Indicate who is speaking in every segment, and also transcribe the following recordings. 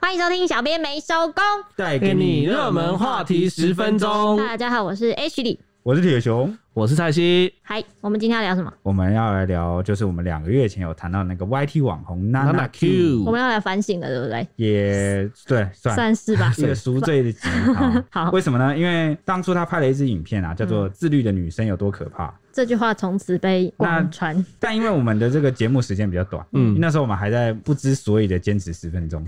Speaker 1: 欢迎收听《小编没收工
Speaker 2: 带给你热门话题十分》。
Speaker 3: 哦
Speaker 2: 钟。
Speaker 1: 大家好，我是 H 李。
Speaker 3: 我是铁熊，
Speaker 2: 我是蔡西，
Speaker 1: 嗨，我们今天要聊什么？
Speaker 3: 我们要来聊，就是我们两个月前有谈到那个 YT 网红 Nana Q，
Speaker 1: 我们要来反省了，对不对？
Speaker 3: 也嗯对，算
Speaker 1: 算是吧。
Speaker 3: 是一个赎罪的集。好
Speaker 1: 好
Speaker 3: 为什么呢？因为当初他拍了一支影片啊，叫做《自律的女生有多可怕》。
Speaker 1: 这句话从此被广传。
Speaker 3: 但因为我们的这个节目时间比较短，
Speaker 2: 嗯
Speaker 3: 嗯，那时候我们还在不知所以的坚持十 分钟，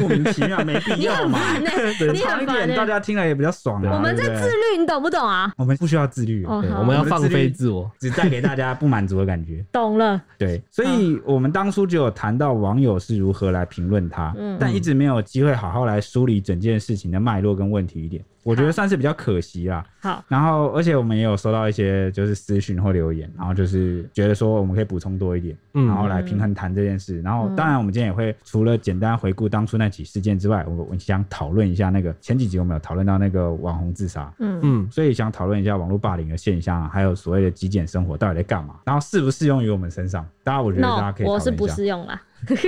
Speaker 3: 莫名其妙没必要嘛，对
Speaker 1: 你很
Speaker 3: 长一
Speaker 1: 烦
Speaker 3: 点
Speaker 1: 欸
Speaker 3: 大家听了也比较爽啊。
Speaker 1: 我们在
Speaker 3: 对不
Speaker 1: 自
Speaker 3: 对，
Speaker 1: 律，你懂不懂啊？
Speaker 3: 我们不需要自律，
Speaker 1: 哦
Speaker 3: 对
Speaker 1: 好
Speaker 2: 我们要放
Speaker 3: 自律
Speaker 2: 飞自我。
Speaker 3: 只带给大家不满足的感觉。
Speaker 1: 懂了，
Speaker 3: 对，所以我们当初就有谈到网友是如何来评论他，
Speaker 1: 嗯
Speaker 3: 但一直没有机会好好来梳理整件事情的脉络跟问题一点，我觉得算是比较可惜啦。
Speaker 1: 好，
Speaker 3: 然后，而且我们也有收到一些就是私讯或留言，然后就是觉得说我们可以补充多一点，
Speaker 2: 嗯
Speaker 3: 然后来平衡谈这件事。然后，当然我们今天也会除了简单回顾当初那起事件之外，我我想讨论一下那个前几集我们有讨论到那个网红自杀，
Speaker 1: 嗯，
Speaker 2: 嗯，
Speaker 3: 所以想讨论一下网络霸凌的现象、啊，还有所谓的极简生活到底在干嘛，然后适不适用于我们身上？大家我觉得大
Speaker 1: no，
Speaker 3: 家可以讨
Speaker 1: 我
Speaker 3: 论一下。
Speaker 1: 是不适用啦。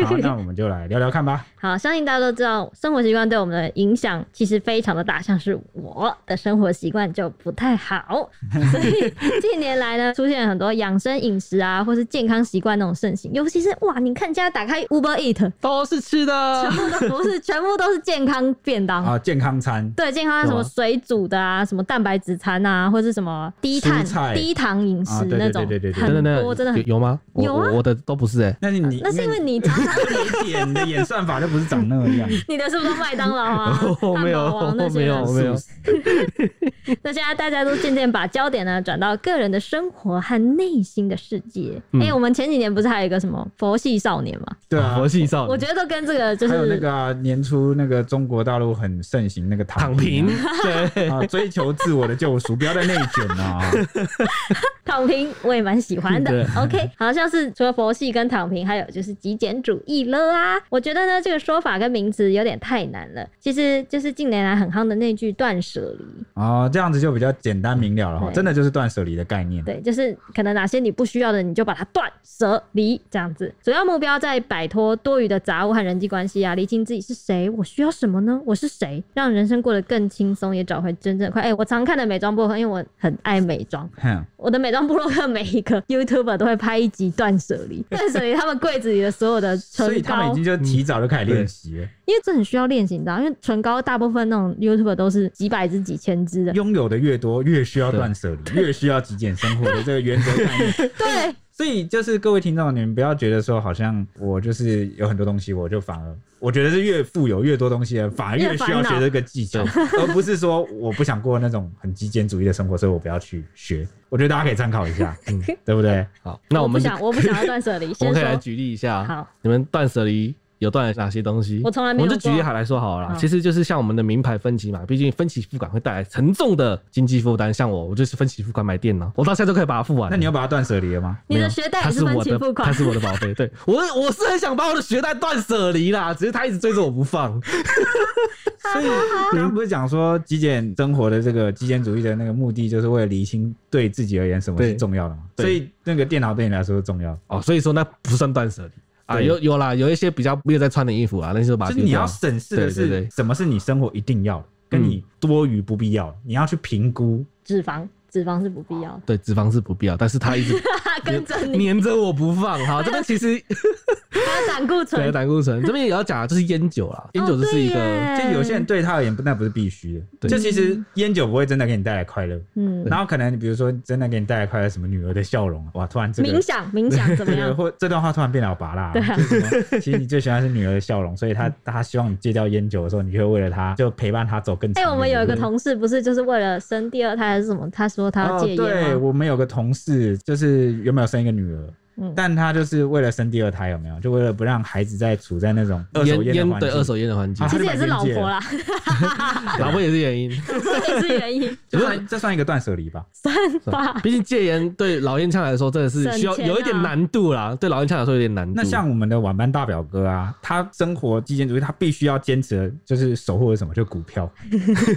Speaker 3: 好，那我们就来聊聊看吧。
Speaker 1: 好，相信大家都知道，生活习惯对我们的影响其实非常的大。像是我的生活习惯就不太 好，所以近年来呢，出现很多养生饮食啊，或是健康习惯那种盛行。尤其是哇，你看现在打开 Uber Eat，
Speaker 2: 都是吃的
Speaker 1: 全。部都不是，全部都是健康便当。
Speaker 3: 啊，健康餐，
Speaker 1: 对健康餐什么
Speaker 2: 有啊
Speaker 1: 水煮的啊，什么蛋白质餐啊，或是什么低碳
Speaker 3: 蔬、菜
Speaker 1: 低糖饮食
Speaker 3: 啊对对
Speaker 1: 那种，
Speaker 3: 对对对对
Speaker 1: 很多真的
Speaker 2: 有
Speaker 1: 很。
Speaker 2: 有吗？我
Speaker 1: 有啊
Speaker 2: 我我的都不是哎。、
Speaker 3: 那是你
Speaker 1: 那是因为你常常
Speaker 3: 你理解你的演算法就不是长那样。
Speaker 1: 你的是不是都麦当劳啊
Speaker 2: 哦没有
Speaker 1: 汉堡王那些
Speaker 2: 没
Speaker 1: 的
Speaker 2: 有没有，
Speaker 1: 那现在大家都渐渐把焦点呢转到个人的生活和内心的世界。哎、
Speaker 2: 嗯
Speaker 1: 我们前几年不是还有一个什么佛系少年嘛？
Speaker 3: 对啊
Speaker 2: 佛，系少
Speaker 1: 我
Speaker 2: 女
Speaker 1: 觉得都跟这个就
Speaker 3: 还有那
Speaker 1: 是
Speaker 3: 个啊年初那个中国大陆很盛行那个
Speaker 2: 躺平
Speaker 3: 啊，
Speaker 2: 对，
Speaker 3: 啊，追求自我的救赎，不要再内卷 啊。
Speaker 1: 躺平，我也蛮喜欢的
Speaker 2: 对。
Speaker 1: OK，好像是除了佛系跟躺平，还有就是极简主义了啊。我觉得呢，这个说法跟名词有点太难了。其实就是近年来很夯的那句“断舍离”，
Speaker 3: 哦，这样子就比较简单明了了哈，
Speaker 1: 对
Speaker 3: 真的就是断舍离的概念。
Speaker 1: 对，就是可能哪些你不需要的，你就把它断舍离，这样子。主要目标在摆脱多余的杂物和人际关系啊，厘清自己是谁，我需要什么呢？我是谁，让人生过得更轻松，也找回真正的快。哎、我常看的美妆博客，因为我很爱美妆，
Speaker 3: 哼，
Speaker 1: 我的美妆部落客每一个 YouTuber 都会拍一集断舍 离，断舍离他们柜子里的所有的
Speaker 3: 所
Speaker 1: 唇
Speaker 3: 以他们
Speaker 1: 膏
Speaker 3: 已经，就提早就开始练习了。
Speaker 1: 因为这很需要练习，你知道，因为唇膏大部分那种 YouTuber 都是几百支、几千支的，
Speaker 3: 拥有的越多，越需要断舍离，越需要极简生活的这个原则概念。
Speaker 1: 对，
Speaker 3: 所以就是各位听众，你们不要觉得说好像我就是有很多东西，我就反而我觉得是越富有越多东西的，反而越需要学这个技巧，而不是说我不想过那种很极简主义的生活，所以我不要去学。我觉得大家可以参考一下，嗯、对不对？
Speaker 2: 好，那我们
Speaker 1: 不想，我不想要断舍 离，
Speaker 2: 我
Speaker 1: 先
Speaker 2: 们可以来
Speaker 1: 说。
Speaker 2: 举例一下。
Speaker 1: 好，
Speaker 2: 你们断舍离有断了哪些东西？
Speaker 1: 我从来没有
Speaker 2: 我们就举例
Speaker 1: 过
Speaker 2: 好来说好了啦。
Speaker 1: 嗯
Speaker 2: 其实就是像我们的名牌分期嘛，毕竟分期付款会带来沉重的经济负担。像我，我就是分期付款买电脑，我到现在都可以把它付完。
Speaker 3: 那你有把它断舍离了吗？
Speaker 1: 你
Speaker 2: 没
Speaker 1: 的
Speaker 2: 有
Speaker 1: 学贷
Speaker 2: 它
Speaker 1: 也
Speaker 2: 是
Speaker 1: 分
Speaker 2: 我
Speaker 1: 期
Speaker 2: 的
Speaker 1: 付款
Speaker 2: 它，是我的宝贝。对我，我是很想把我的学贷断舍离啦，只是他一直追着我不放。
Speaker 3: 所以刚刚不是讲说极简生活的这个极简主义的那个目的，就是为了厘清对自己而言什么是
Speaker 2: 对
Speaker 3: 重要的嘛？
Speaker 2: 对
Speaker 3: 所以那个电脑对你来说是重要的。
Speaker 2: 哦，所以说那不算断舍离啊。
Speaker 3: 对
Speaker 2: 有有啦，有一些比较没有在穿的衣服啊，那些就把它
Speaker 3: 就是
Speaker 2: 丢
Speaker 3: 你
Speaker 2: 掉
Speaker 3: 要审视的
Speaker 2: 对对嗯
Speaker 3: 是
Speaker 2: 对。
Speaker 3: 什么是你生活一定要的，跟你多余不必要的，你要去评估。
Speaker 1: 脂肪，脂肪是不必要的
Speaker 2: 对脂肪是不必要，但是他 一直
Speaker 1: 跟着你，
Speaker 2: 黏着我不放。好，这边其实
Speaker 1: 还有胆固
Speaker 2: 对
Speaker 1: 醇，
Speaker 2: 胆固醇这边也要讲啊，就是烟酒
Speaker 1: 哦
Speaker 2: 啦，烟酒就是一个
Speaker 1: 嗯
Speaker 3: 就有些人，对他而言，不那不是必须的。
Speaker 2: 对
Speaker 3: 就其实烟酒不会真的给你带来快乐，
Speaker 1: 嗯，
Speaker 3: 然后可能比如说真的给你带来快乐，什么女儿的笑容啊，哇，突然这
Speaker 1: 冥
Speaker 3: 个。
Speaker 1: 想， 冥想怎么
Speaker 3: 这个
Speaker 1: 样？
Speaker 3: 或这段话突然变老拔啦，
Speaker 1: 对啊
Speaker 3: 就是什么其实你最喜欢的是女儿的笑容，所以他他希望你戒掉烟酒的时候，你就会为了她就陪伴她走更长
Speaker 1: 哎，
Speaker 3: 远。
Speaker 1: 我们有一个
Speaker 3: 对
Speaker 1: 同事不是就是为了生第二胎还是什么，他说他要戒
Speaker 3: 哦、对
Speaker 1: 烟吗？
Speaker 3: 我们有个同事，就是原本有生一个女儿，
Speaker 1: 嗯
Speaker 3: 但她就是为了生第二胎，有没有？就为了不让孩子再处在那种二手烟的环
Speaker 2: 对
Speaker 3: 境。
Speaker 2: 二手呃烟的环 境
Speaker 3: 啊，
Speaker 1: 其实也是老婆啦，
Speaker 2: 老婆也 是原因。
Speaker 1: 这也是原因，
Speaker 3: 这算这算一个断舍离吧？
Speaker 1: 算吧。
Speaker 2: 毕竟戒烟对老烟枪来说真的是需要
Speaker 1: 省钱啊
Speaker 2: 有一点难度啦，对老烟枪来说有点难度。
Speaker 3: 那像我们的晚班大表哥啊，他生活极简主义，他必须要坚持的就是守护的什么，就股票。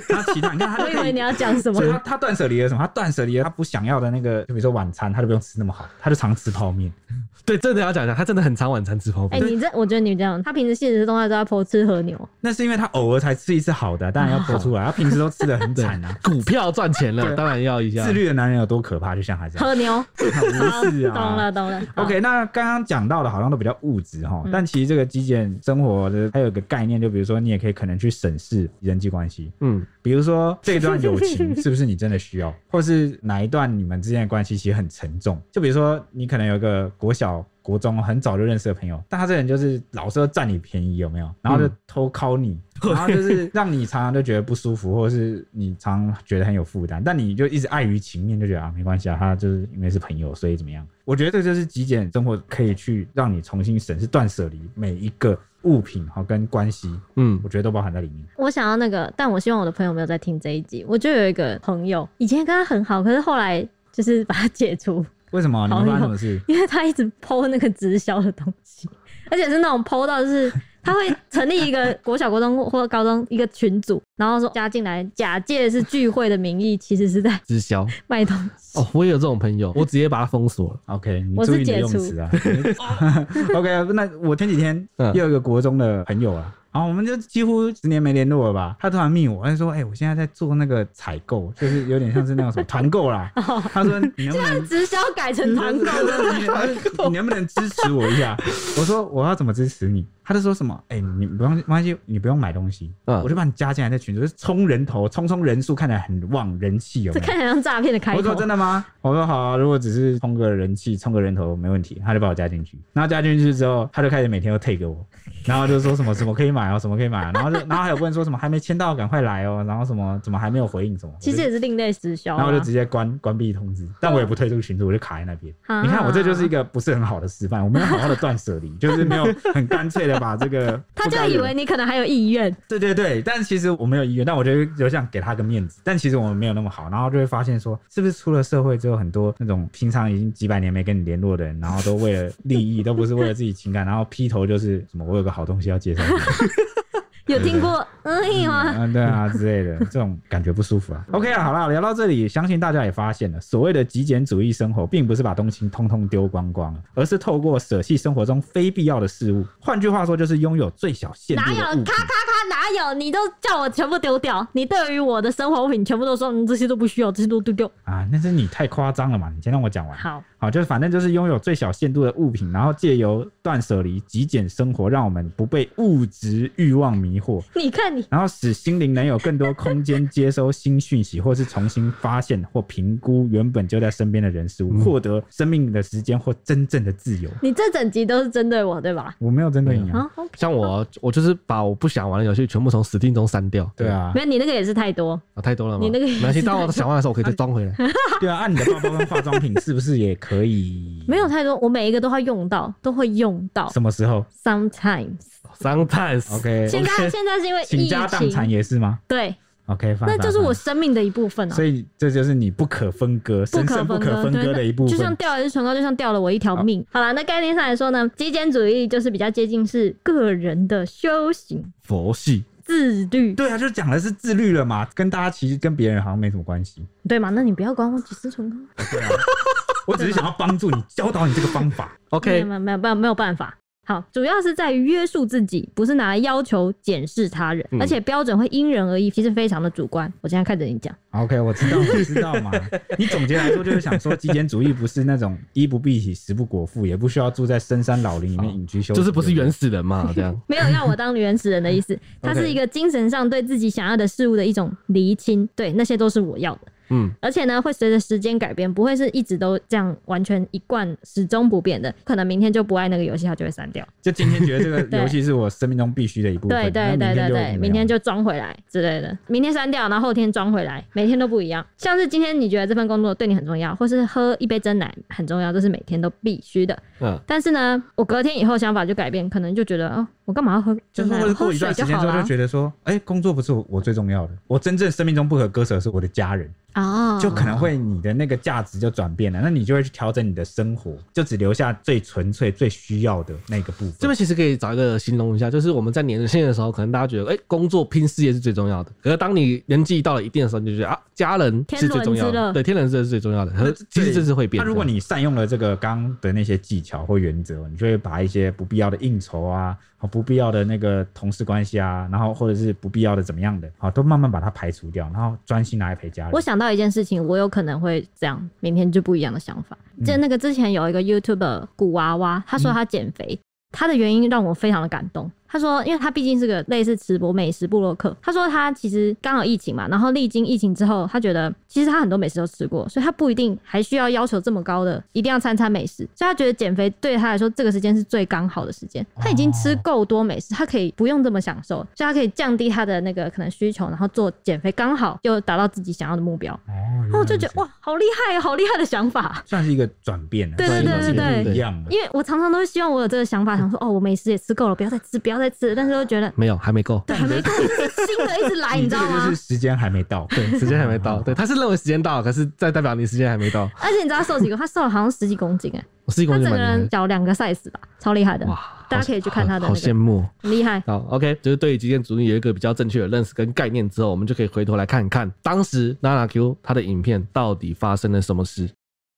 Speaker 3: 他其他你看
Speaker 1: 我
Speaker 3: 他就
Speaker 1: 以
Speaker 3: 可
Speaker 1: 为你
Speaker 3: 以。
Speaker 1: 要讲什么
Speaker 3: 所以，他他断舍离了什么？他断舍离了他不想要的那个，就比如说晚餐，他就不用吃那么好，他就常吃泡面。饼，
Speaker 2: 对，真的要讲一下，他真的很常晚餐吃泡
Speaker 1: 哎、
Speaker 2: 面。
Speaker 1: 你这我觉得你这样，他平时现实动态都在 po 吃和牛，
Speaker 3: 那是因为他偶尔才吃一次好的啊、当然要播出来。他平时都吃的很惨啊。
Speaker 2: 股票赚钱了，
Speaker 3: 对
Speaker 2: 当然要一下
Speaker 3: 自。律的男人有多可怕？就像他这样，
Speaker 1: 和牛，
Speaker 3: 不是啊，
Speaker 1: 懂啊了懂了。好
Speaker 3: OK，那刚刚讲到的好像都比较物质哈，
Speaker 1: 嗯
Speaker 3: 但其实这个极简生活的还有一个概念，就比如说你也可以可能去审视人际关系，
Speaker 2: 嗯，
Speaker 3: 比如说这段友情是不是你真的需要，或是哪一段你们之间的关系其实很沉重，就比如说你可能有一个国小。国中很早就认识的朋友，但他这人就是老是要占你便宜，有没有？然后就
Speaker 2: 嗯
Speaker 3: 偷敲你，然后就是让你常常就觉得不舒服，或者是你常常觉得很有负担，但你就一直碍于情面，就觉得啊没关系啊，他就是因为是朋友，所以怎么样？我觉得这就是极简生活可以去让你重新审视断舍离每一个物品哈跟关系，
Speaker 2: 嗯
Speaker 3: 我觉得都包含在里面。
Speaker 1: 我想要那个，但我希望我的朋友没有在听这一集。我就有一个朋友，以前跟他很好，可是后来就是把他解除，
Speaker 3: 为什么？你
Speaker 1: 好
Speaker 3: 们发生
Speaker 1: 有
Speaker 3: 什么事？
Speaker 1: 因为他一直剖那个直销的东西，而且是那种剖到就是。他会成立一个国小、国中或或高中一个群组，然后说加进来，假借是聚会的名义，其实是在
Speaker 2: 直销
Speaker 1: 卖东西。
Speaker 2: 哦，我也有这种朋友，我直接把他封锁了。
Speaker 3: OK，你
Speaker 1: 我
Speaker 3: 注
Speaker 1: 是
Speaker 3: 意你的
Speaker 1: 解
Speaker 3: 用
Speaker 1: 除
Speaker 3: 词啊。OK，那我前几天
Speaker 2: 嗯
Speaker 3: 又有一个国中的朋友啊，然后我们就几乎十年没联络了吧。他突然密我，他就说：“哎、我现在在做那个采购，就是有点像是那种什么团购啦。”他说：“你能不能
Speaker 1: 直销改成团购，
Speaker 3: 你能你能不能支持我一下？我说我要怎么支持你？他就说什么？哎、你不用没关系，你不用买东西，
Speaker 2: 嗯
Speaker 3: 我就把你加进来在群组，就是冲人头，冲冲人数，看起来很旺人气，有
Speaker 1: 这
Speaker 3: 没有？
Speaker 1: 看起来像诈骗的开
Speaker 3: 我说
Speaker 1: 头。
Speaker 3: 真的吗？我说好啊、如果只是充个人气、充个人头没问题。他就把我加进去，然后加进去之后，他就开始每天都 take 我，然后就说什么什么可以买哦，什么可以买、啊，然后就然后还有问说什么还没签到赶快来哦，然后什么怎么还没有回应什么，
Speaker 1: 其实
Speaker 3: 我就
Speaker 1: 也是另类直销、啊。
Speaker 3: 然后我就直接关关闭通知，但我也不退出群组，我就卡在那边。
Speaker 1: 啊
Speaker 3: 你看我这就是一个不是很好的示范，我没有好好的断舍离，就是没有很干脆的把这个
Speaker 1: 他
Speaker 3: 不该
Speaker 1: 就
Speaker 3: 有
Speaker 1: 以
Speaker 3: 的
Speaker 1: 为你可能还有意愿，
Speaker 3: 对对对，但其实我没有意愿，但我觉得就想给他个面子，但其实我们没有那么好，然后就会发现说，是不是出了社会之后，很多那种平常已经几百年没跟你联络的人，然后都为了利益，都不是为了自己情感，然后劈头就是什么我有个好东西要介绍给你，
Speaker 1: 有听过嗯嘿吗？
Speaker 3: 嗯，对啊之类的，这种感觉不舒 服啊。OK 啊，好啦，聊到这里，相信大家也发现了，所谓的极简主义生活，并不是把东西通通丢光光，而是透过舍弃生活中非必要的事物，换句话说，就是拥有最小限
Speaker 1: 哪
Speaker 3: 度
Speaker 1: 有
Speaker 3: 的物
Speaker 1: 咔
Speaker 3: 品。
Speaker 1: 咔咔哪有？你都叫我全部丢掉，你对于我的生活物品全部都说，嗯，这些都不需要，这些都丢掉。
Speaker 3: 啊，那是你太夸张了嘛！你先让我讲完。
Speaker 1: 好，
Speaker 3: 好，就是反正就是拥有最小限度的物品，然后借由断舍离、极简生活，让我们不被物质欲望迷惑，
Speaker 1: 你看你
Speaker 3: 然后使心灵能有更多空间接收新讯息，或是重新发现或评估原本就在身边的人事
Speaker 1: 嗯
Speaker 3: 物，获得生命的时间或真正的自由。
Speaker 1: 你这整集都是针对我对吧？
Speaker 3: 我没有针对你啊，
Speaker 1: 啊，OK，
Speaker 2: 像我，我就是把我不想玩的游戏全部从 Steam 中删掉。
Speaker 3: 对，啊
Speaker 1: 没，有你那个也是太多，
Speaker 2: 啊，太多了嘛。
Speaker 1: 你那个
Speaker 2: 没关系，当我想玩的时候，我可以再装回来。
Speaker 3: 对啊，按你的包包跟化妆品是不是也可以？
Speaker 1: 没有太多，我每一个都会用到，都会用到。
Speaker 3: 什么时候
Speaker 1: Sometimes，
Speaker 2: Sometimes，
Speaker 3: ？OK，
Speaker 1: 现在现在是因为
Speaker 3: 倾
Speaker 1: 疫
Speaker 3: 家荡产
Speaker 1: 情，
Speaker 3: 也是吗
Speaker 1: 对，
Speaker 3: ？OK，放
Speaker 1: 那就是
Speaker 3: 大
Speaker 1: 我
Speaker 3: 胆
Speaker 1: 生命的一部分啊。
Speaker 3: 所以这就是你不可分割、
Speaker 1: 不
Speaker 3: 神
Speaker 1: 可
Speaker 3: 圣不可分
Speaker 1: 对
Speaker 3: 割的一部
Speaker 1: 就像
Speaker 3: 分。
Speaker 1: 掉了一支唇膏，就像掉了我一条命。好了，那概念上来说呢，极简主义就是比较接近是个人的修行、
Speaker 2: 佛系。
Speaker 1: 自律，
Speaker 3: 对啊，就讲的是自律了嘛，跟大家其实跟别人好像没什么 关系。
Speaker 1: 对吗？那你不要管我几支唇膏，
Speaker 3: 对啊，我只是想要帮助你，教导你这个方法。
Speaker 1: 没
Speaker 2: OK，
Speaker 1: 有没有没有没有没有办法。好，主要是在于约束自己，不是拿来要求检视他人，
Speaker 2: 嗯
Speaker 1: 而且标准会因人而异，其实非常的主观。我现在看着你讲，
Speaker 3: OK，我知道，我知道嘛。你总结来说就是想说，极简主义不是那种衣不蔽体、食不果腹，也不需要住在深山老林里面
Speaker 2: 哦
Speaker 3: 隐居修行，
Speaker 2: 就是不是
Speaker 3: 对对
Speaker 2: 原始人嘛，这样。
Speaker 1: 没有要我当原始人的意 思，它是一个精神上对自己想要的事物的一种厘清，对，那些都是我要的。
Speaker 2: 嗯，
Speaker 1: 而且呢，会随着时间改变，不会是一直都这样完全一贯始终不变的。可能明天就不爱那个游戏，它就会删掉。
Speaker 3: 就今天觉得这个
Speaker 1: 对
Speaker 3: 游戏是我生命中必须的一部分
Speaker 1: 对，对对对对，明天
Speaker 3: 就
Speaker 1: 就装回来之类的，明天删掉，然后后天装回来，每天都不一样。像是今天你觉得这份工作对你很重要，或是喝一杯真奶很重要，这是每天都必须的。
Speaker 2: 嗯，
Speaker 1: 但是呢，我隔天以后想法就改变，可能就觉得哦，我干嘛要喝
Speaker 3: 就
Speaker 1: 真
Speaker 3: 是
Speaker 1: 奶？
Speaker 3: 或
Speaker 1: 我
Speaker 3: 者过
Speaker 1: 喝
Speaker 3: 一
Speaker 1: 水
Speaker 3: 段时
Speaker 1: 就
Speaker 3: 间
Speaker 1: 好
Speaker 3: 之后
Speaker 1: 了
Speaker 3: 就觉得说，哎，工作不是我最重要的，我真正生命中不可割舍的是我的家人。
Speaker 1: 哦，
Speaker 3: 就可能会你的那个价值就转变了，那你就会去调整你的生活，就只留下最纯粹、最需要的那个部分。
Speaker 2: 这边其实可以找一个形容一下，就是我们在年轻的时候，可能大家觉得，哎、工作拼事业是最重要的。可是当你年纪到了一定的时候，你就觉得啊，家人是最
Speaker 1: 天伦
Speaker 2: 重要
Speaker 1: 之乐
Speaker 2: 的，对，天人之乐是最重要的。可
Speaker 1: 呃
Speaker 2: 是其实这是会变
Speaker 3: 那
Speaker 2: 的。
Speaker 3: 如果你善用了这个刚刚的那些技巧或原则，你就会把一些不必要的应酬啊、和不必要的那个同事关系啊，然后或者是不必要的怎么样的，好，都慢慢把它排除掉，然后专心拿来陪家人。哦
Speaker 1: 我想到一件事情，我有可能会这样，明天就不一样的想法。就
Speaker 3: 嗯
Speaker 1: 那个之前有一个 YouTuber 古娃娃，他说他减肥，他的原因让我非常的感动。他说，因为他毕竟是个类似直播美食部落客，他说他其实刚好疫情嘛，然后历经疫情之后，他觉得其实他很多美食都吃过，所以他不一定还需要要求这么高的，一定要餐餐美食，所以他觉得减肥对他来说这个时间是最刚好的时间。他已经吃够多美食，他可以不用这么享受，所以他可以降低他的那个可能需求，然后做减肥，刚好就达到自己想要的目标。
Speaker 3: 哦，
Speaker 1: 然后我就觉得哇，好厉害，哦好厉害的想法。
Speaker 3: 算是一个转变了，
Speaker 1: 对
Speaker 2: 对对
Speaker 3: 算是一个
Speaker 2: 对对
Speaker 3: 不一样了。
Speaker 1: 因为我常常都会希望我有这个想法，想说哦，我美食也吃够了，不要再吃，不要再吃了，但是又觉得
Speaker 2: 没有，还没够。
Speaker 1: 对，还没够，新的一直 哎来，你知道
Speaker 3: 这个
Speaker 1: 吗
Speaker 3: 就是？时间还没到，对，
Speaker 2: 时间还没到，对，他是认为时间到了，可是再代表你时间还没到。
Speaker 1: 而且你知道他瘦几个？他瘦了好像十几公斤哎，
Speaker 2: 我是一
Speaker 1: 他
Speaker 2: 公
Speaker 1: 整
Speaker 2: 斤
Speaker 1: 个
Speaker 2: 蛮
Speaker 1: 人
Speaker 2: 厉
Speaker 1: 小两个 size 吧，超厉害的
Speaker 2: 害，，哇，
Speaker 1: 大家可以去看他的那
Speaker 2: 好好羡
Speaker 1: 个，
Speaker 2: 慕。
Speaker 1: 很厉害。
Speaker 2: 好，OK，就是对于极限主义有一个比较正确的认识跟概念之后，我们就可以回头来看看当时 Nana Q 他的影片到底发生了什么事。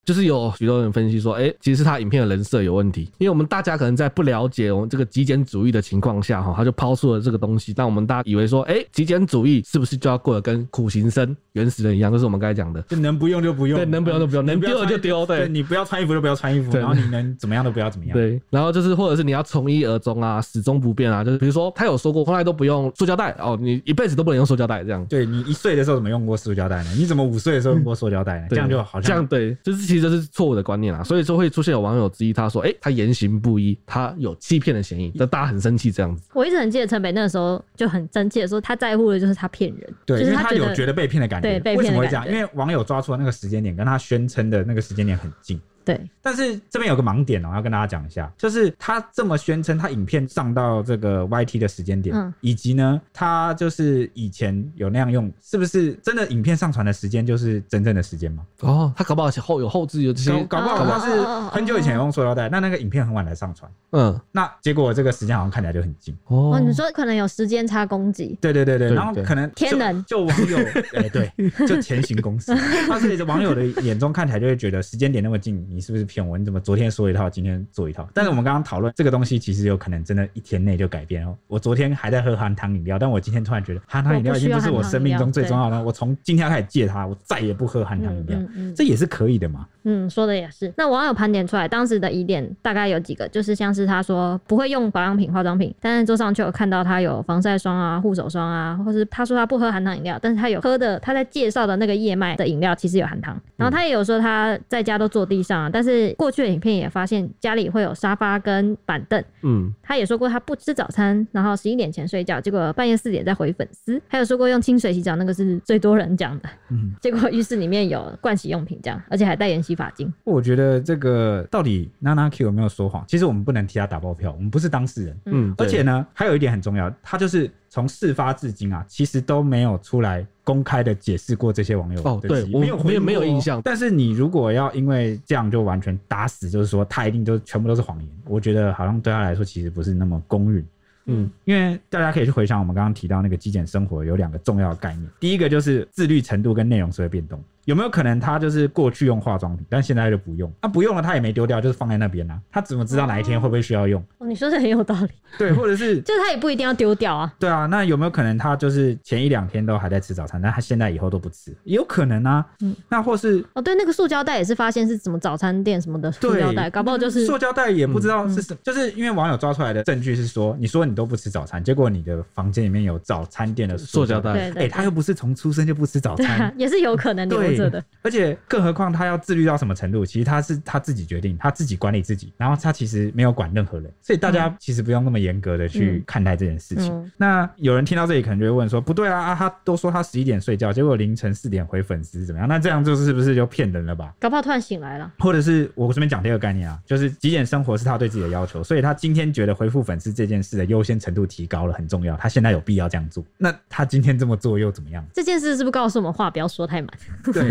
Speaker 2: 就是有许多人分析说，哎、其实是他影片的人设有问题，因为我们大家可能在不了解我们这个极简主义的情况下，哈，他就抛出了这个东西，让我们大家以为说，哎、极简主义是不是就要过得跟苦行僧、原始人一样？就是我们刚才讲的，
Speaker 3: 就能不用就不用，
Speaker 2: 对能不用就不用
Speaker 3: 你
Speaker 2: 能丢
Speaker 3: 要
Speaker 2: 了就丢
Speaker 3: 穿
Speaker 2: 对
Speaker 3: 你不要穿衣服就不要穿衣服，
Speaker 2: 对
Speaker 3: 然后你能怎么样都不要怎么样。
Speaker 2: 对，然后就是或者是你要从一而终啊，始终不变啊，就是比如说他有说过，从来都不用塑胶袋哦，你一辈子都不能用塑胶袋这样。
Speaker 3: 对你一岁的时候怎么用过塑胶袋呢？你怎么五岁的时候用过塑胶袋呢？这
Speaker 2: 嗯对
Speaker 3: 样就好
Speaker 2: 这
Speaker 3: 像
Speaker 2: 样对，就是其实这是错误的观念啊，所以说会出现有网友质疑他说，哎、他言行不一，他有欺骗的嫌疑，但大家很生气这样子。
Speaker 1: 我一直很记得陈北那个时候就很生气的说，他在乎的就是他骗人，就
Speaker 3: 对，因
Speaker 1: 是
Speaker 3: 为他有觉
Speaker 1: 得
Speaker 3: 得被骗的感觉。
Speaker 1: 对被
Speaker 3: 为
Speaker 1: 骗
Speaker 3: 什
Speaker 1: 的
Speaker 3: 么会
Speaker 1: 感觉
Speaker 3: 这样？因为网友抓出了那个时间点，跟他宣称的那个时间点很近。
Speaker 1: 对，
Speaker 3: 但是这边有个盲点哦、要跟大家讲一下，就是他这么宣称他影片上到这个 YT 的时间点，
Speaker 1: 嗯
Speaker 3: 以及呢，他就是以前有那样用，是不是真的影片上传的时间就是真正的时间吗？
Speaker 2: 哦，他搞不好后有后置有这些，
Speaker 3: 搞搞不好
Speaker 1: 哦
Speaker 3: 他是
Speaker 1: 哦哦哦
Speaker 3: 很久以前有用塑料袋，那那个影片很晚才上传，
Speaker 2: 嗯，
Speaker 3: 那结果这个时间好像看起来就很近。
Speaker 1: 哦，
Speaker 2: 哦，
Speaker 1: 你说可能有时间差攻击，
Speaker 3: 对对对对，
Speaker 2: 对
Speaker 3: 然后
Speaker 2: 对
Speaker 3: 可能
Speaker 1: 天
Speaker 3: 就
Speaker 1: 能
Speaker 3: 就网 友哎、对，就前行公司， 他所以在网友的眼中看起来就会觉得时间点那么近，你是不是骗我？你怎么昨天说一套，今天做一套？但是我们刚刚讨论这个东西，其实有可能真的一天内就改变哦。我昨天还在喝含糖饮料，但我今天突然觉得含糖饮料已经不是我生命中最重要的，我从今天开始戒它，我再也不喝含糖饮料，
Speaker 1: 嗯嗯。
Speaker 3: 这也是可以的嘛。
Speaker 1: 嗯，说的也是。那网友盘点出来当时的疑点大概有几个，就是像是他说不会用保养品、化妆品，但是桌上却有看到他有防晒霜啊、护手霜啊，或是他说他不喝含糖饮料，但是他有喝的，他在介绍的那个燕麦的饮料其实有含糖。然后他也有说他在家都坐地上啊，但是过去的影片也发现家里会有沙发跟啊板凳，
Speaker 2: 嗯，
Speaker 1: 他也说过他不吃早餐，然后十一点前睡觉，结果半夜四点再回粉丝。还有说过用清水洗澡，那个是最多人讲的。
Speaker 3: 嗯，
Speaker 1: 结果浴室里面有盥洗用品这样，而且还代言洗发精。
Speaker 3: 我觉得这个到底 Nana Q 有没有说谎？其实我们不能替他打包票，我们不是当事人。
Speaker 2: 嗯，
Speaker 3: 而
Speaker 2: 对
Speaker 3: 且呢，还有一点很重要，他就是从事发至今啊，其实都没有出来公开的解释过这些网友
Speaker 2: 哦
Speaker 3: 的
Speaker 2: 对
Speaker 3: 质疑
Speaker 2: 我
Speaker 3: 没有
Speaker 2: 没
Speaker 3: 回
Speaker 2: 有
Speaker 3: 应
Speaker 2: 没有
Speaker 3: 过哦
Speaker 2: 印象
Speaker 3: 但是你如果要因为这样就完全打死，就是说他一定都全部都是谎言，我觉得好像对他来说其实不是那么公允。
Speaker 2: 嗯，
Speaker 3: 因为大家可以去回想我们刚刚提到那个极简生活有两个重要的概念，第一个就是自律程度跟内容是会变动，有没有可能他就是过去用化妆品，但现在就不用，那、不用了他也没丢掉，就是放在那边啊，他怎么知道哪一天会不会需要 用？
Speaker 1: 哦，你说的很有道理，
Speaker 3: 对，或者是
Speaker 1: 就是他也不一定要丢掉啊。
Speaker 3: 对啊，那有没有可能他就是前一两天都还在吃早餐，但他现在以后都不吃？也有可能啊。
Speaker 1: 嗯
Speaker 3: 那或是
Speaker 1: 哦，对，那个塑胶袋也是发现是什么早餐店什么的塑
Speaker 3: 对
Speaker 1: 胶袋，搞不好就是 嗯
Speaker 3: 塑胶袋也不知道是什就是因为网友抓出来的证据是说，你说你都不吃早餐，结果你的房间里面有早餐店的塑胶
Speaker 2: 塑胶袋
Speaker 3: 袋。
Speaker 1: 对
Speaker 3: 哎、
Speaker 1: 对，
Speaker 3: 他
Speaker 1: 对
Speaker 3: 又不是从出生就不吃早
Speaker 1: 对啊
Speaker 3: 餐，，
Speaker 1: 也是有可能留着的。
Speaker 3: 而且更何况他要自律到什么程度？其实他是他自己决定，他自己管理自己，然后他其实没有管任何人，所以大家其实不用那么严格的去
Speaker 1: 嗯
Speaker 3: 看待这件事情。
Speaker 1: 嗯
Speaker 3: 那有人听到这里可能就会问说，不对啊，啊他都说他十一点睡觉，结果凌晨四点回粉丝怎么样？那这样就是不是就骗人了吧？
Speaker 1: 搞不好突然醒来了，
Speaker 3: 或者是我这边讲第二个概念啊，就是极简生活是他对自己的要求，所以他今天觉得回复粉丝这件事的优先程度提高了，很重要，他现在有必要这样做。那他今天这么做又怎么样？
Speaker 1: 这件事是不是告诉我们话不要说太满？
Speaker 3: 对，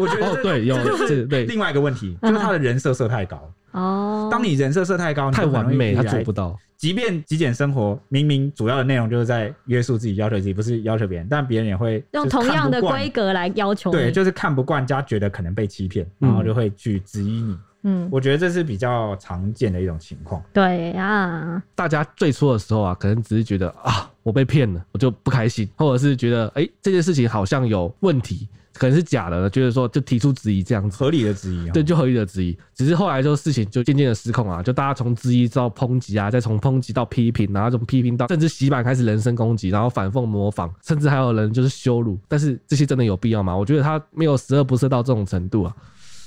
Speaker 3: 我觉
Speaker 2: 哦，对，有这对
Speaker 3: 另外一个问题就是他的人设设太高，
Speaker 1: 嗯哦，
Speaker 3: 当你人设设太高，你就
Speaker 2: 太
Speaker 3: 很容易
Speaker 2: 完美，他
Speaker 3: 依赖
Speaker 2: 做不到。
Speaker 3: 即便极简生活明明主要的内容就是在约束自己、要求自己，不是要求别人，但别人也会
Speaker 1: 用
Speaker 3: 就是
Speaker 1: 同
Speaker 3: 看
Speaker 1: 样
Speaker 3: 不
Speaker 1: 的
Speaker 3: 惯
Speaker 1: 规格来要求你，
Speaker 3: 对，就是看不惯加觉得可能被欺骗，
Speaker 2: 嗯
Speaker 3: 然后就会去质疑你。
Speaker 1: 嗯，
Speaker 3: 我觉得这是比较常见的一种情况。
Speaker 1: 对啊，
Speaker 2: 大家最初的时候啊，可能只是觉得啊，我被骗了，我就不开心，或者是觉得哎、这件事情好像有问题，可能是假的，觉得说就提出质疑这样子。
Speaker 3: 合理的质疑、哦，
Speaker 2: 对，，就合理的质疑，只是后来就事情就渐渐的失控啊，就大家从质疑到抨击啊，再从抨击到批评，然后从批评到甚至洗版开始人身攻击，然后反讽模仿，甚至还有人就是羞辱。但是这些真的有必要吗？我觉得他没有十恶不赦到这种程度啊。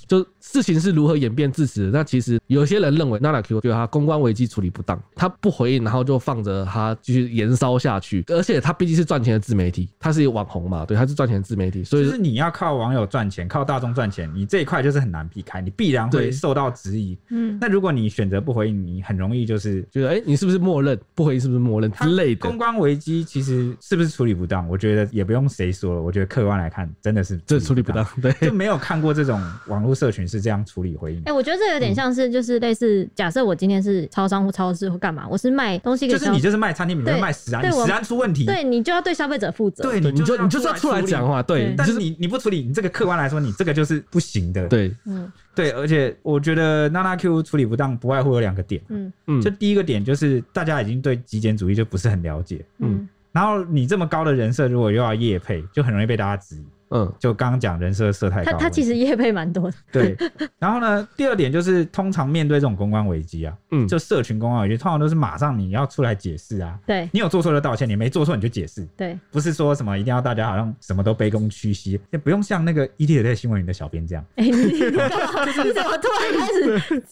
Speaker 2: 就事情是如何演变至此的，那其实有些人认为 Nana Q 对他公关危机处理不当，他不回应，然后就放着他继续延烧下去。而且他毕竟是赚钱的自媒体，他是一个网红嘛，对，他是赚钱的自媒体，所以
Speaker 3: 就是你要靠网友赚钱，靠大众赚钱，你这一块就是很难避开，你必然会
Speaker 2: 对
Speaker 3: 受到质疑。
Speaker 1: 嗯，
Speaker 3: 那如果你选择不回应，你很容易就是
Speaker 2: 觉得哎、诶你是不是默认不回应，是不是默认之类的
Speaker 3: 公？关危机其实是不是处理不当？我觉得也不用谁说了，我觉得客观来看，真的是
Speaker 2: 这处理不
Speaker 3: 当。
Speaker 2: 当，对，
Speaker 3: 就没有看过这种网络社群是这样处理回应
Speaker 1: 哎、。我觉得这有
Speaker 3: 嗯
Speaker 1: 点像是，就是类似，假设我今天是超商或超市或干嘛，我是卖东西给
Speaker 3: 就是
Speaker 1: 消，
Speaker 3: 你就是卖餐厅，你不是
Speaker 1: 对
Speaker 3: 卖食安，
Speaker 1: 对
Speaker 3: 你
Speaker 1: 我
Speaker 3: 食安出问题，
Speaker 1: 对你就要对消费者负责。
Speaker 3: 对，
Speaker 2: 对，你就你
Speaker 3: 就
Speaker 2: 就是要出来
Speaker 3: 处理
Speaker 2: 讲。话，对，
Speaker 1: 对
Speaker 2: 你
Speaker 3: 但
Speaker 2: 就是
Speaker 3: 哦
Speaker 2: 是
Speaker 3: 你你不处理，你这个客观来说，你这个就是不行的。
Speaker 2: 对，
Speaker 1: 嗯
Speaker 3: 对，而且我觉得娜娜 Q 处理不当，不外乎有两个点。
Speaker 1: 嗯
Speaker 2: 嗯
Speaker 3: 就，第一个点就是大家已经对极简主义就不是很了解，
Speaker 1: 嗯
Speaker 2: 嗯
Speaker 3: 然后你这么高的人设，如果又要业配，就很容易被大家质疑。
Speaker 2: 嗯，
Speaker 3: 就刚刚讲人设设太
Speaker 1: 他
Speaker 3: 高了，
Speaker 1: 他其实业配蛮多的，
Speaker 3: 对。然后呢，第二点就是通常面对这种公关危机啊，
Speaker 2: 嗯
Speaker 3: 就社群公关危机，通常都是马上你要出来解释啊，
Speaker 1: 对
Speaker 3: 你有做错就道歉，你没做错你就解释，
Speaker 1: 对，
Speaker 3: 不是说什么一定要大家好像什么都卑躬屈膝，也不用像那个 ET 的新闻云的小编这样。
Speaker 1: 哎、你你干
Speaker 3: 啊
Speaker 1: 嘛你怎么突然开始？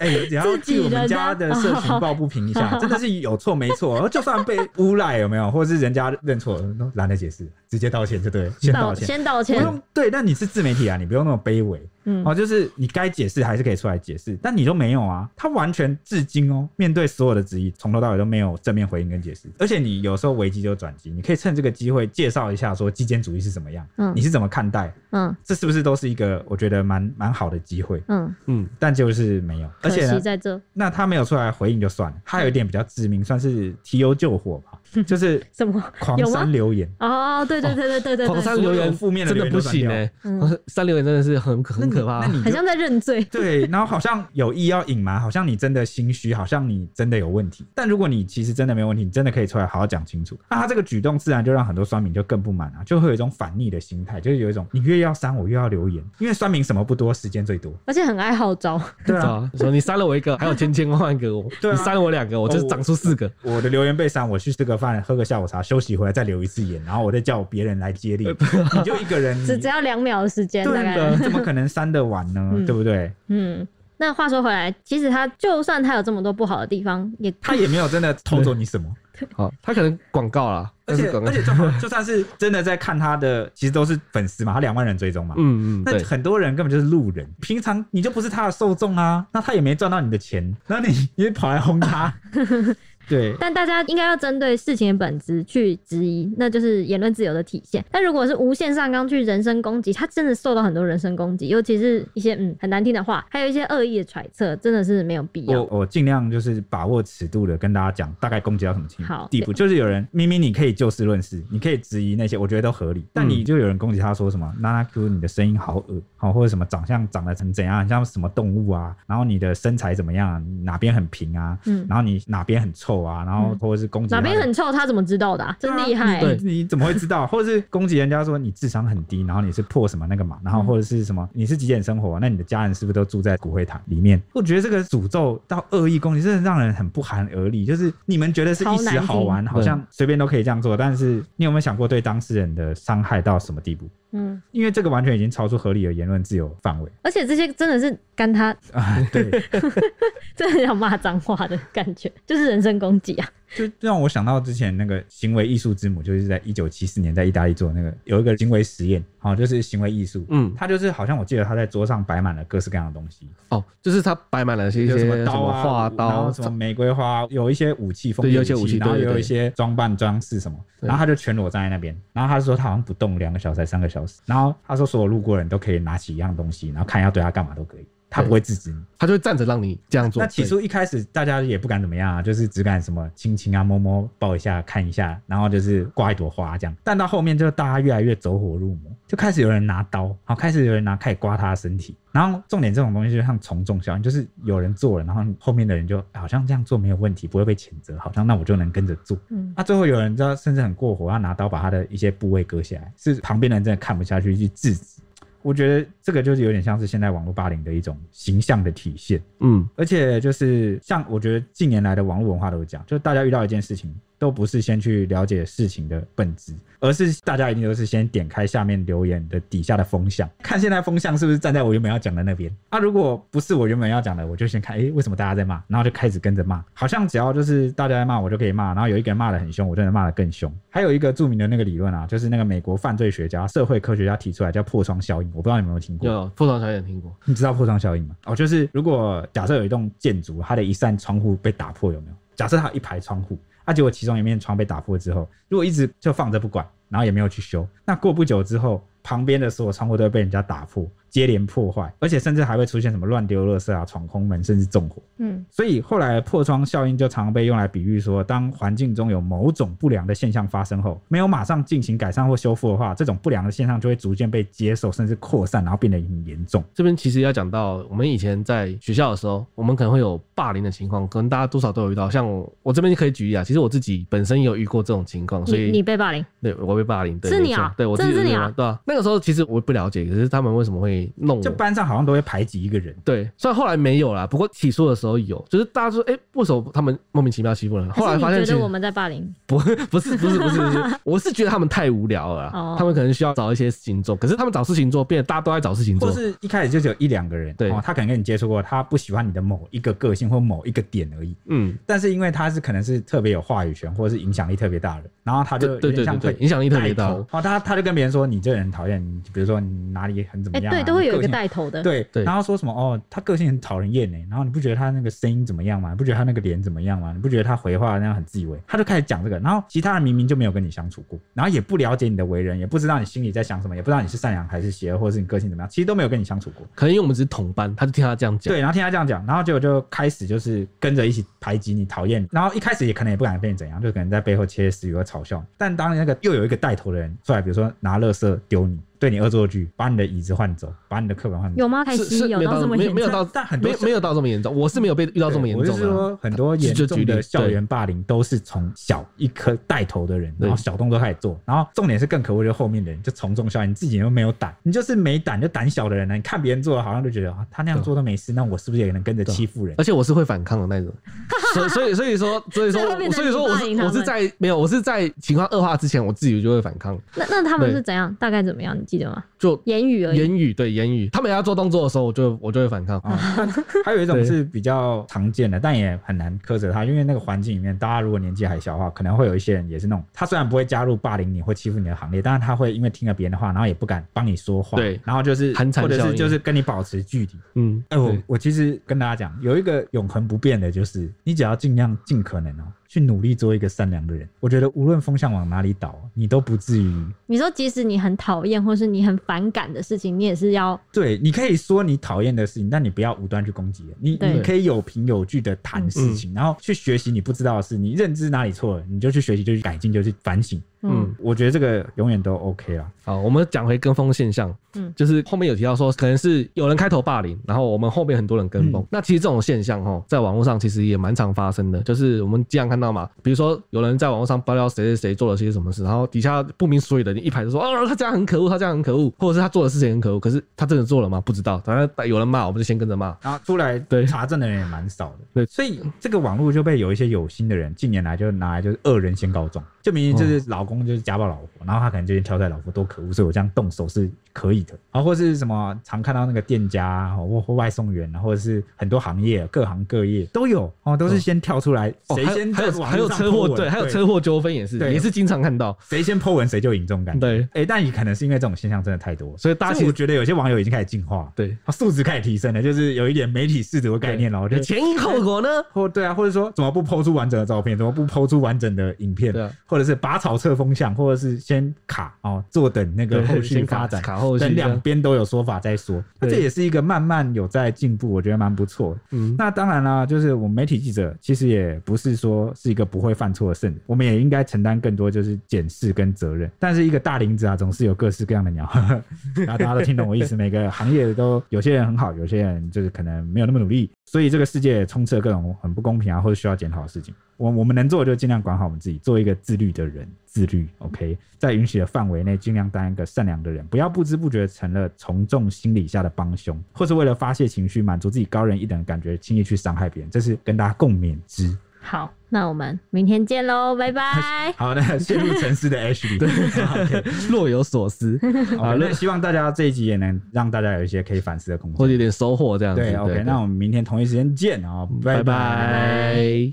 Speaker 3: 哎、然后
Speaker 1: 自己
Speaker 3: 替我
Speaker 1: 人啊
Speaker 3: 们家的社群抱不平一下， 真的是有错没错。然后就算被诬赖有没有，或者是人家认错，都懒得解释，直接道歉就对了，先道歉。
Speaker 1: 先道
Speaker 3: 不
Speaker 1: 歉，
Speaker 3: 用对，但你是自媒体啊，你不用那么卑微
Speaker 1: 嗯
Speaker 3: 哦，就是你该解释还是可以出来解释，但你都没有啊。他完全至今哦，面对所有的质疑，从头到尾都没有正面回应跟解释。而且你有时候危机就转机，你可以趁这个机会介绍一下说极简主义是怎么样，
Speaker 1: 嗯
Speaker 3: 你是怎么看待，
Speaker 1: 嗯
Speaker 3: 这是不是都是一个我觉得蛮蛮好的机会？
Speaker 1: 嗯，
Speaker 2: 嗯，
Speaker 3: 但就是没有，
Speaker 1: 可
Speaker 3: 而且呢
Speaker 1: 惜在这
Speaker 3: 那他没有出来回应就算了，他有一点比较致命，算是提油救火 吧，就是
Speaker 1: 什么
Speaker 3: 狂
Speaker 1: 有吗
Speaker 3: 删留言。
Speaker 1: 哦，对对对对对对
Speaker 2: 狂
Speaker 1: 对，
Speaker 2: 删留
Speaker 3: 所有
Speaker 2: 言
Speaker 3: 负面的
Speaker 2: 真
Speaker 3: 留
Speaker 2: 的
Speaker 3: 言都
Speaker 2: 不
Speaker 3: 删
Speaker 2: 行
Speaker 3: 掉
Speaker 2: 哎
Speaker 1: 嗯，
Speaker 2: 狂删留言真的是很可很可怕
Speaker 3: 那，你
Speaker 1: 很
Speaker 3: 就
Speaker 1: 像在认罪。
Speaker 3: 对，然后好像有意要隐瞒，好像你真的心虚，好像你真的有问题。但如果你其实真的没有问题，你真的可以出来好好讲清楚。那他这个举动自然就让很多酸民就更不满啊，就会有一种反逆的心态，就是有一种你越要删我越要留言，因为酸民什么不多，时间最多。
Speaker 1: 而且很爱号召，
Speaker 3: 对啊，
Speaker 2: 知道吧说你删了我一个，还有千千万万个我，
Speaker 3: 对啊
Speaker 2: 你删了我两个，我就是长出四个，
Speaker 3: 我的留言被删，我去吃个饭，喝个下午茶，休息回来再留一次言，然后我再叫别人来接力。你就一 个人，
Speaker 1: 只
Speaker 3: 你
Speaker 1: 只要两秒的时间，大概
Speaker 3: 嗯对，你怎么可能删得完呢？
Speaker 1: 嗯
Speaker 3: 对不对？
Speaker 1: 嗯，那话说回来，其实他就算他有这么多不好的地方，也
Speaker 3: 他也没有真的偷走你什么，
Speaker 2: 好，他可能广告啦，
Speaker 3: 而
Speaker 2: 但
Speaker 3: 且
Speaker 2: 是广告
Speaker 3: 而，且就好 就算是真的在看他的，其实都是粉丝嘛，他两万人追踪嘛。
Speaker 2: 嗯嗯，
Speaker 3: 那
Speaker 2: 对，
Speaker 3: 很多人根本就是路人，平常你就不是他的受众啊，那他也没赚到你的钱，那你你跑来轰 他，对，
Speaker 1: 但大家应该要针对事情的本质去质疑，那就是言论自由的体现。但如果是无限上纲去人身攻击，他真的受到很多人身攻击，尤其是一些嗯很难听的话，还有一些恶意的揣测，真的是没有必
Speaker 3: 我
Speaker 1: 要。
Speaker 3: 我尽量就是把握尺度的跟大家讲，大概攻击到什么情
Speaker 1: 好
Speaker 3: 地步。就是有人明明你可以就事论事，你可以质疑那些，我觉得都合理，
Speaker 2: 嗯
Speaker 3: 但你就有人攻击他说什么“娜娜 Q 你的声音好恶”，好或者什么长相长得成怎样，很像什么动物啊，然后你的身材怎么样啊，你哪边很平啊，
Speaker 1: 嗯
Speaker 3: 然后你哪边很臭啊，然后
Speaker 1: 嗯
Speaker 3: 或者是攻击
Speaker 1: 哪
Speaker 3: 他
Speaker 1: 边
Speaker 3: 的
Speaker 1: 很臭，他怎么知道的、啊？真厉害、
Speaker 2: 对
Speaker 3: 你你怎么会知 道？或者是攻击人家说你智商很低，然后你是破什么那个嘛，
Speaker 1: 嗯
Speaker 3: 然后或者是什么你是极简生活，那你的家人是不是都住在骨灰坛里面？我觉得这个诅咒到恶意攻击，真的让人很不寒而栗。就是你们觉得是一
Speaker 1: 超难
Speaker 3: 时
Speaker 1: 听
Speaker 3: 好玩，好像随便都可以这样做，但是你有没有想过对当事人的伤害到什么地步？
Speaker 1: 嗯，
Speaker 3: 因为这个完全已经超出合理的言论自由范围
Speaker 1: 而且这些真的是干他，
Speaker 3: 啊！对，
Speaker 1: 真的很想骂脏话的感觉，就是人身攻击啊。
Speaker 3: 就让我想到之前那个行为艺术之母，就是在一九七四年在意大利做那个有一个行为实验，好、就是行为艺术，
Speaker 2: 嗯，
Speaker 3: 他就是好像我记得他在桌上摆满了各式各样的东西，
Speaker 2: 哦，就是它摆满了一些
Speaker 3: 有
Speaker 2: 什
Speaker 3: 什么
Speaker 2: 么
Speaker 3: 刀啊、
Speaker 2: 画
Speaker 3: 然
Speaker 2: 刀
Speaker 3: 后、什么玫瑰花，有一些武器，
Speaker 2: 对有一些武器
Speaker 3: 然后
Speaker 2: 对对
Speaker 3: 有
Speaker 2: 对
Speaker 3: 一些装扮装饰什么，
Speaker 2: 对
Speaker 3: 然后他就全裸站在那边，然后他说他好像不动两个小时、三个小时，然后他说所有路过的人都可以拿起一样东西，然后看要对他干嘛都可以，他不会制止你。
Speaker 2: 它就会站着让你这样做。
Speaker 3: 那起初一开始大家也不敢怎么样啊，就是只敢什么亲亲啊、摸摸、抱一下、看一下，然后就是挂一朵花这样。但到后面就大家越来越走火入魔，就开始有人拿刀，好开始有人拿开始刮他的身体。然后重点这种东西就像从众效应，就是有人做了，然后后面的人就好像这样做没有问题，不会被谴责，好像那我就能跟着做。啊
Speaker 1: 嗯，
Speaker 3: 那、最后有人知道，甚至很过火，啊他拿刀把他的一些部位割下来，是旁边的人真的看不下去去制止。我觉得这个就是有点像是现在网络霸凌的一种形象的体现。
Speaker 2: 嗯，
Speaker 3: 而且就是像我觉得近年来的网络文化都是这样，就是大家遇到一件事情，都不是先去了解事情的本质，而是大家一定都是先点开下面留言的底下的风向，看现在风向是不是站在我原本要讲的那边。啊，如果不是我原本要讲的，我就先看，诶、为什么大家在骂，然后就开始跟着骂，好像只要就是大家在骂，我就可以骂，然后有一个人骂得很凶，我就能骂得更凶。还有一个著名的那个理论啊，就是那个美国犯罪学家、社会科学家提出来叫破窗效应，我不知道你们有没有听过。
Speaker 2: 有破窗小姐听过，
Speaker 3: 你知道破窗效应吗？哦，就是如果假设有一栋建筑，它的一扇窗户被打破，有没有？假设它有一排窗户，啊，结果其中一面窗被打破之后，如果一直就放着不管，然后也没有去修，那过不久之后，旁边的所有窗户都会被人家打破，接连破坏，而且甚至还会出现什么乱丢垃圾啊、闯空门，甚至纵火。
Speaker 1: 嗯，
Speaker 3: 所以后来破窗效应就常被用来比喻说，当环境中有某种不良的现象发生后，没有马上进行改善或修复的话，这种不良的现象就会逐渐被接受，甚至扩散，然后变得很严重。
Speaker 2: 这边其实要讲到，我们以前在学校的时候，我们可能会有霸凌的情况，可能大家多少都有遇到。像我，我这边就可以举例啊，其实我自己本身也有遇过这种情况，所
Speaker 1: 你
Speaker 2: 以
Speaker 1: 你被霸凌，
Speaker 2: 对我被霸凌，对，
Speaker 1: 是你
Speaker 2: 没错
Speaker 1: 啊
Speaker 2: 对我自己
Speaker 1: 真的是你啊
Speaker 2: 有遇到对啊。那个时候其实我不了解，可是他们为什么会弄
Speaker 3: 就
Speaker 2: 我？
Speaker 3: 班上好像都会排挤一个人，
Speaker 2: 对，虽然后来没有啦，不过起诉的时候有，就是大家说，哎、为什么他们莫名其妙欺负人？后来发
Speaker 1: 还是
Speaker 2: 现
Speaker 1: 你
Speaker 2: 其
Speaker 1: 觉
Speaker 2: 实
Speaker 1: 得我们在霸凌，
Speaker 2: 不，不是，不是，不是，不是， 我是觉得他们太无聊了啦，啊
Speaker 1: 哦
Speaker 2: 他们可能需要找一些事情做，可是他们找事情做，变得大家都在找事情
Speaker 3: 或
Speaker 2: 做，
Speaker 3: 是一开始就只有一两个人，
Speaker 2: 对
Speaker 3: 哦，他可能跟你接触过，他不喜欢你的某一个个性或某一个点而已。
Speaker 2: 嗯，
Speaker 3: 但是因为他是可能是特别有话语权，或者是影响力特别大的人，然后他就
Speaker 2: 对对
Speaker 3: 有点像
Speaker 2: 对对对
Speaker 3: 会
Speaker 2: 影响力特别大
Speaker 3: 带头哦，他他就跟别人说你这个人很讨厌，你比如说你哪里很怎么
Speaker 1: 哎、
Speaker 3: 样啊、
Speaker 1: 对，都会有一个
Speaker 3: 你个性
Speaker 1: 带头的，
Speaker 3: 对，
Speaker 2: 对
Speaker 3: 然后说什么哦，他个性很讨人厌呢，然后你不觉得他那个声音怎么样吗？你不觉得他那个脸怎么样吗？你不觉得他回话那样很自以为？他就开始讲这个，然后其他人明明就没有跟你相处过，然后也不了解你的为人，也不知道你心里在想什么，也不知道你是善良还是邪恶，或者是你个性怎么样，其实都没有跟你相处过。
Speaker 2: 可能因为我们只是同班，他就听他这样讲，
Speaker 3: 对，然后听他这样讲，然后结果就开始就是跟着一起排挤你、讨厌你，然后一开始也可能也不敢对你怎样，就可能在背后窃窃私语和嘲笑你。但当那个又有一个带头的人出来，比如说拿垃圾丢你，对你恶作剧，把你的椅子换走，把你的课本换走，
Speaker 1: 有吗？凯
Speaker 2: 是是
Speaker 1: 西
Speaker 2: 没有
Speaker 1: 到
Speaker 2: 到
Speaker 1: 这么
Speaker 2: 没
Speaker 1: 严
Speaker 2: 有
Speaker 1: 重？
Speaker 2: 没有到，
Speaker 3: 但但很多
Speaker 2: 没有没有到这么严重，我是没有被遇到这么严
Speaker 3: 对
Speaker 2: 重
Speaker 3: 我就是
Speaker 2: 的啊。
Speaker 3: 说，很多严
Speaker 2: 就举
Speaker 3: 重
Speaker 2: 例
Speaker 3: 的
Speaker 2: 对
Speaker 3: 校园霸凌都是从小一颗带头的人，
Speaker 2: 对
Speaker 3: 然后小动作开始做，然后重点是更可恶，就是后面的人就从众效应，你自己又没有胆，你就是没胆，就胆小的人呢。你看别人做了，好像就觉得啊，他那样做都没事，那我是不是也能跟着欺负人？
Speaker 2: 而且我是会反抗 的那种，所以所以所以说所以说
Speaker 1: 最后变成
Speaker 2: 所以说我
Speaker 1: 你霸
Speaker 2: 是
Speaker 1: 凌他
Speaker 2: 我
Speaker 1: 们
Speaker 2: 是在没有我是在情况恶化之前，我自己就会反抗，
Speaker 1: 那那他们
Speaker 2: 对
Speaker 1: 是怎样？大概怎么样？你记得吗？
Speaker 2: 就
Speaker 1: 言语而已。
Speaker 2: 言语对言语，他们要做动作的时候，我就我就会反抗。
Speaker 3: 啊、还有一种
Speaker 2: 对
Speaker 3: 是比较常见的，但也很难苛责他，因为那个环境里面，大家如果年纪还小的话，可能会有一些人也是那种，他虽然不会加入霸凌你或欺负你的行列，但是他会因为听了别人的话，然后也不敢帮你说话，
Speaker 2: 对
Speaker 3: 然后就是
Speaker 2: 寒蝉
Speaker 3: 或者
Speaker 2: 效
Speaker 3: 是
Speaker 2: 应
Speaker 3: 就是跟你保持距离。
Speaker 2: 嗯，
Speaker 3: 哎、我
Speaker 2: 对
Speaker 3: 我其实跟大家讲，有一个永恒不变的，就是你只要尽量尽可能哦，去努力做一个善良的人。我觉得无论风向往哪里倒，哦你都不至于。
Speaker 1: 你说，即使你很讨厌或是你很反感的事情，你也是要
Speaker 3: 对，你可以说你讨厌的事情，但你不要无端去攻击人。你
Speaker 1: 对
Speaker 3: 你可以有凭有据的谈事情，然后去学习你不知道的事，你认知哪里错了，你就去学习，就去改进，就去反省。
Speaker 1: 嗯
Speaker 2: 嗯
Speaker 3: 我觉得这个永远都 OK 啦。
Speaker 2: 好，我们讲回跟风现象，
Speaker 1: 嗯
Speaker 2: 就是后面有提到说，可能是有人开头霸凌，然后我们后面很多人跟风。那其实这种现象哈，在网络上其实也蛮常发生的，就是我们经常看到嘛，比如说有人在网络上爆料谁谁谁做了些什么事，然后底下不明所以的人一排就说，哦，他这样很可恶，他这样很可恶，或者是他做的事情很可恶，可是他真的做了吗？不知道，反正有人骂，我们就先跟着骂。
Speaker 3: 然后出来
Speaker 2: 对
Speaker 3: 查证的人也蛮少的，
Speaker 2: 对
Speaker 3: 所以这个网络就被有一些有心的人近年来就拿来就是恶人先告状，就明明就是老公就是家暴老婆，然后他可能就是挑在老婆多可恶，所以我这样动手是可以的。然后或是什么常看到那个店家啊或或外送员啊，或者是很多行业各行各业都有哦，都是先跳出来，
Speaker 2: 哦
Speaker 3: 谁、
Speaker 2: 还有
Speaker 3: 先
Speaker 2: 还有
Speaker 3: 在网
Speaker 2: 还有
Speaker 3: 络上
Speaker 2: 车
Speaker 3: 破
Speaker 2: 祸，
Speaker 3: 文
Speaker 2: 对，还有车祸纠纷也是，
Speaker 3: 对
Speaker 2: 也是经常看到。
Speaker 3: 谁先 Po 文谁就赢这种感觉。
Speaker 2: 对
Speaker 3: 哎、但也可能是因为这种现象真的太多，
Speaker 2: 所以大家
Speaker 3: 所
Speaker 2: 其
Speaker 3: 以我
Speaker 2: 实
Speaker 3: 觉得有些网友已经开始进化，
Speaker 2: 对
Speaker 3: 他素质开始提升了，就是有一点媒体视图的概念哦了。我觉得
Speaker 2: 前因后果呢？
Speaker 3: 或对啊，或者说怎么不抛出完整的照片，怎么不抛出完整的影片，
Speaker 2: 对啊
Speaker 3: 或者是拔草测风向，或者是先卡哦，坐等那个
Speaker 2: 对
Speaker 3: 后续
Speaker 2: 先
Speaker 3: 发
Speaker 2: 卡
Speaker 3: 展，
Speaker 2: 卡后续
Speaker 3: 等
Speaker 2: 这样
Speaker 3: 两边都有说法再说。那
Speaker 2: 对
Speaker 3: 这也是一个慢慢有在进步，我觉得蛮不错的。
Speaker 2: 嗯，
Speaker 3: 那当然啦，就是我们媒体记者其实也不是说是一个不会犯错的圣人，我们也应该承担更多就是检视跟责任。但是一个大林子啊，总是有各式各样的鸟， 然后大家都听懂我 意思。每个行业都有些人很好，有些人就是可能没有那么努力，所以这个世界充斥了各种很不公平啊，或者需要检讨的事情。我我们能做的就尽量管好我们自己，做一个自律的人，自律，OK，在允许的范围内，尽量当一个善良的人，不要不知不觉成了从众心理下的帮凶，或是为了发泄情绪、满足自己高人一等的感觉，轻易去伤害别人，这是跟大家共勉之。。
Speaker 1: 好，那我们明天见喽，拜拜
Speaker 3: 好，那陷入沉思的 H 里， 对，
Speaker 2: 若有所思
Speaker 3: 好，
Speaker 2: 啊，
Speaker 3: 那希望大家这一集也能让大家有一些可以反思的空
Speaker 2: 或者
Speaker 3: 间。
Speaker 2: 有点收获这样子。
Speaker 3: 对，OK，那我们明天同一时间见啊，拜
Speaker 2: 拜拜。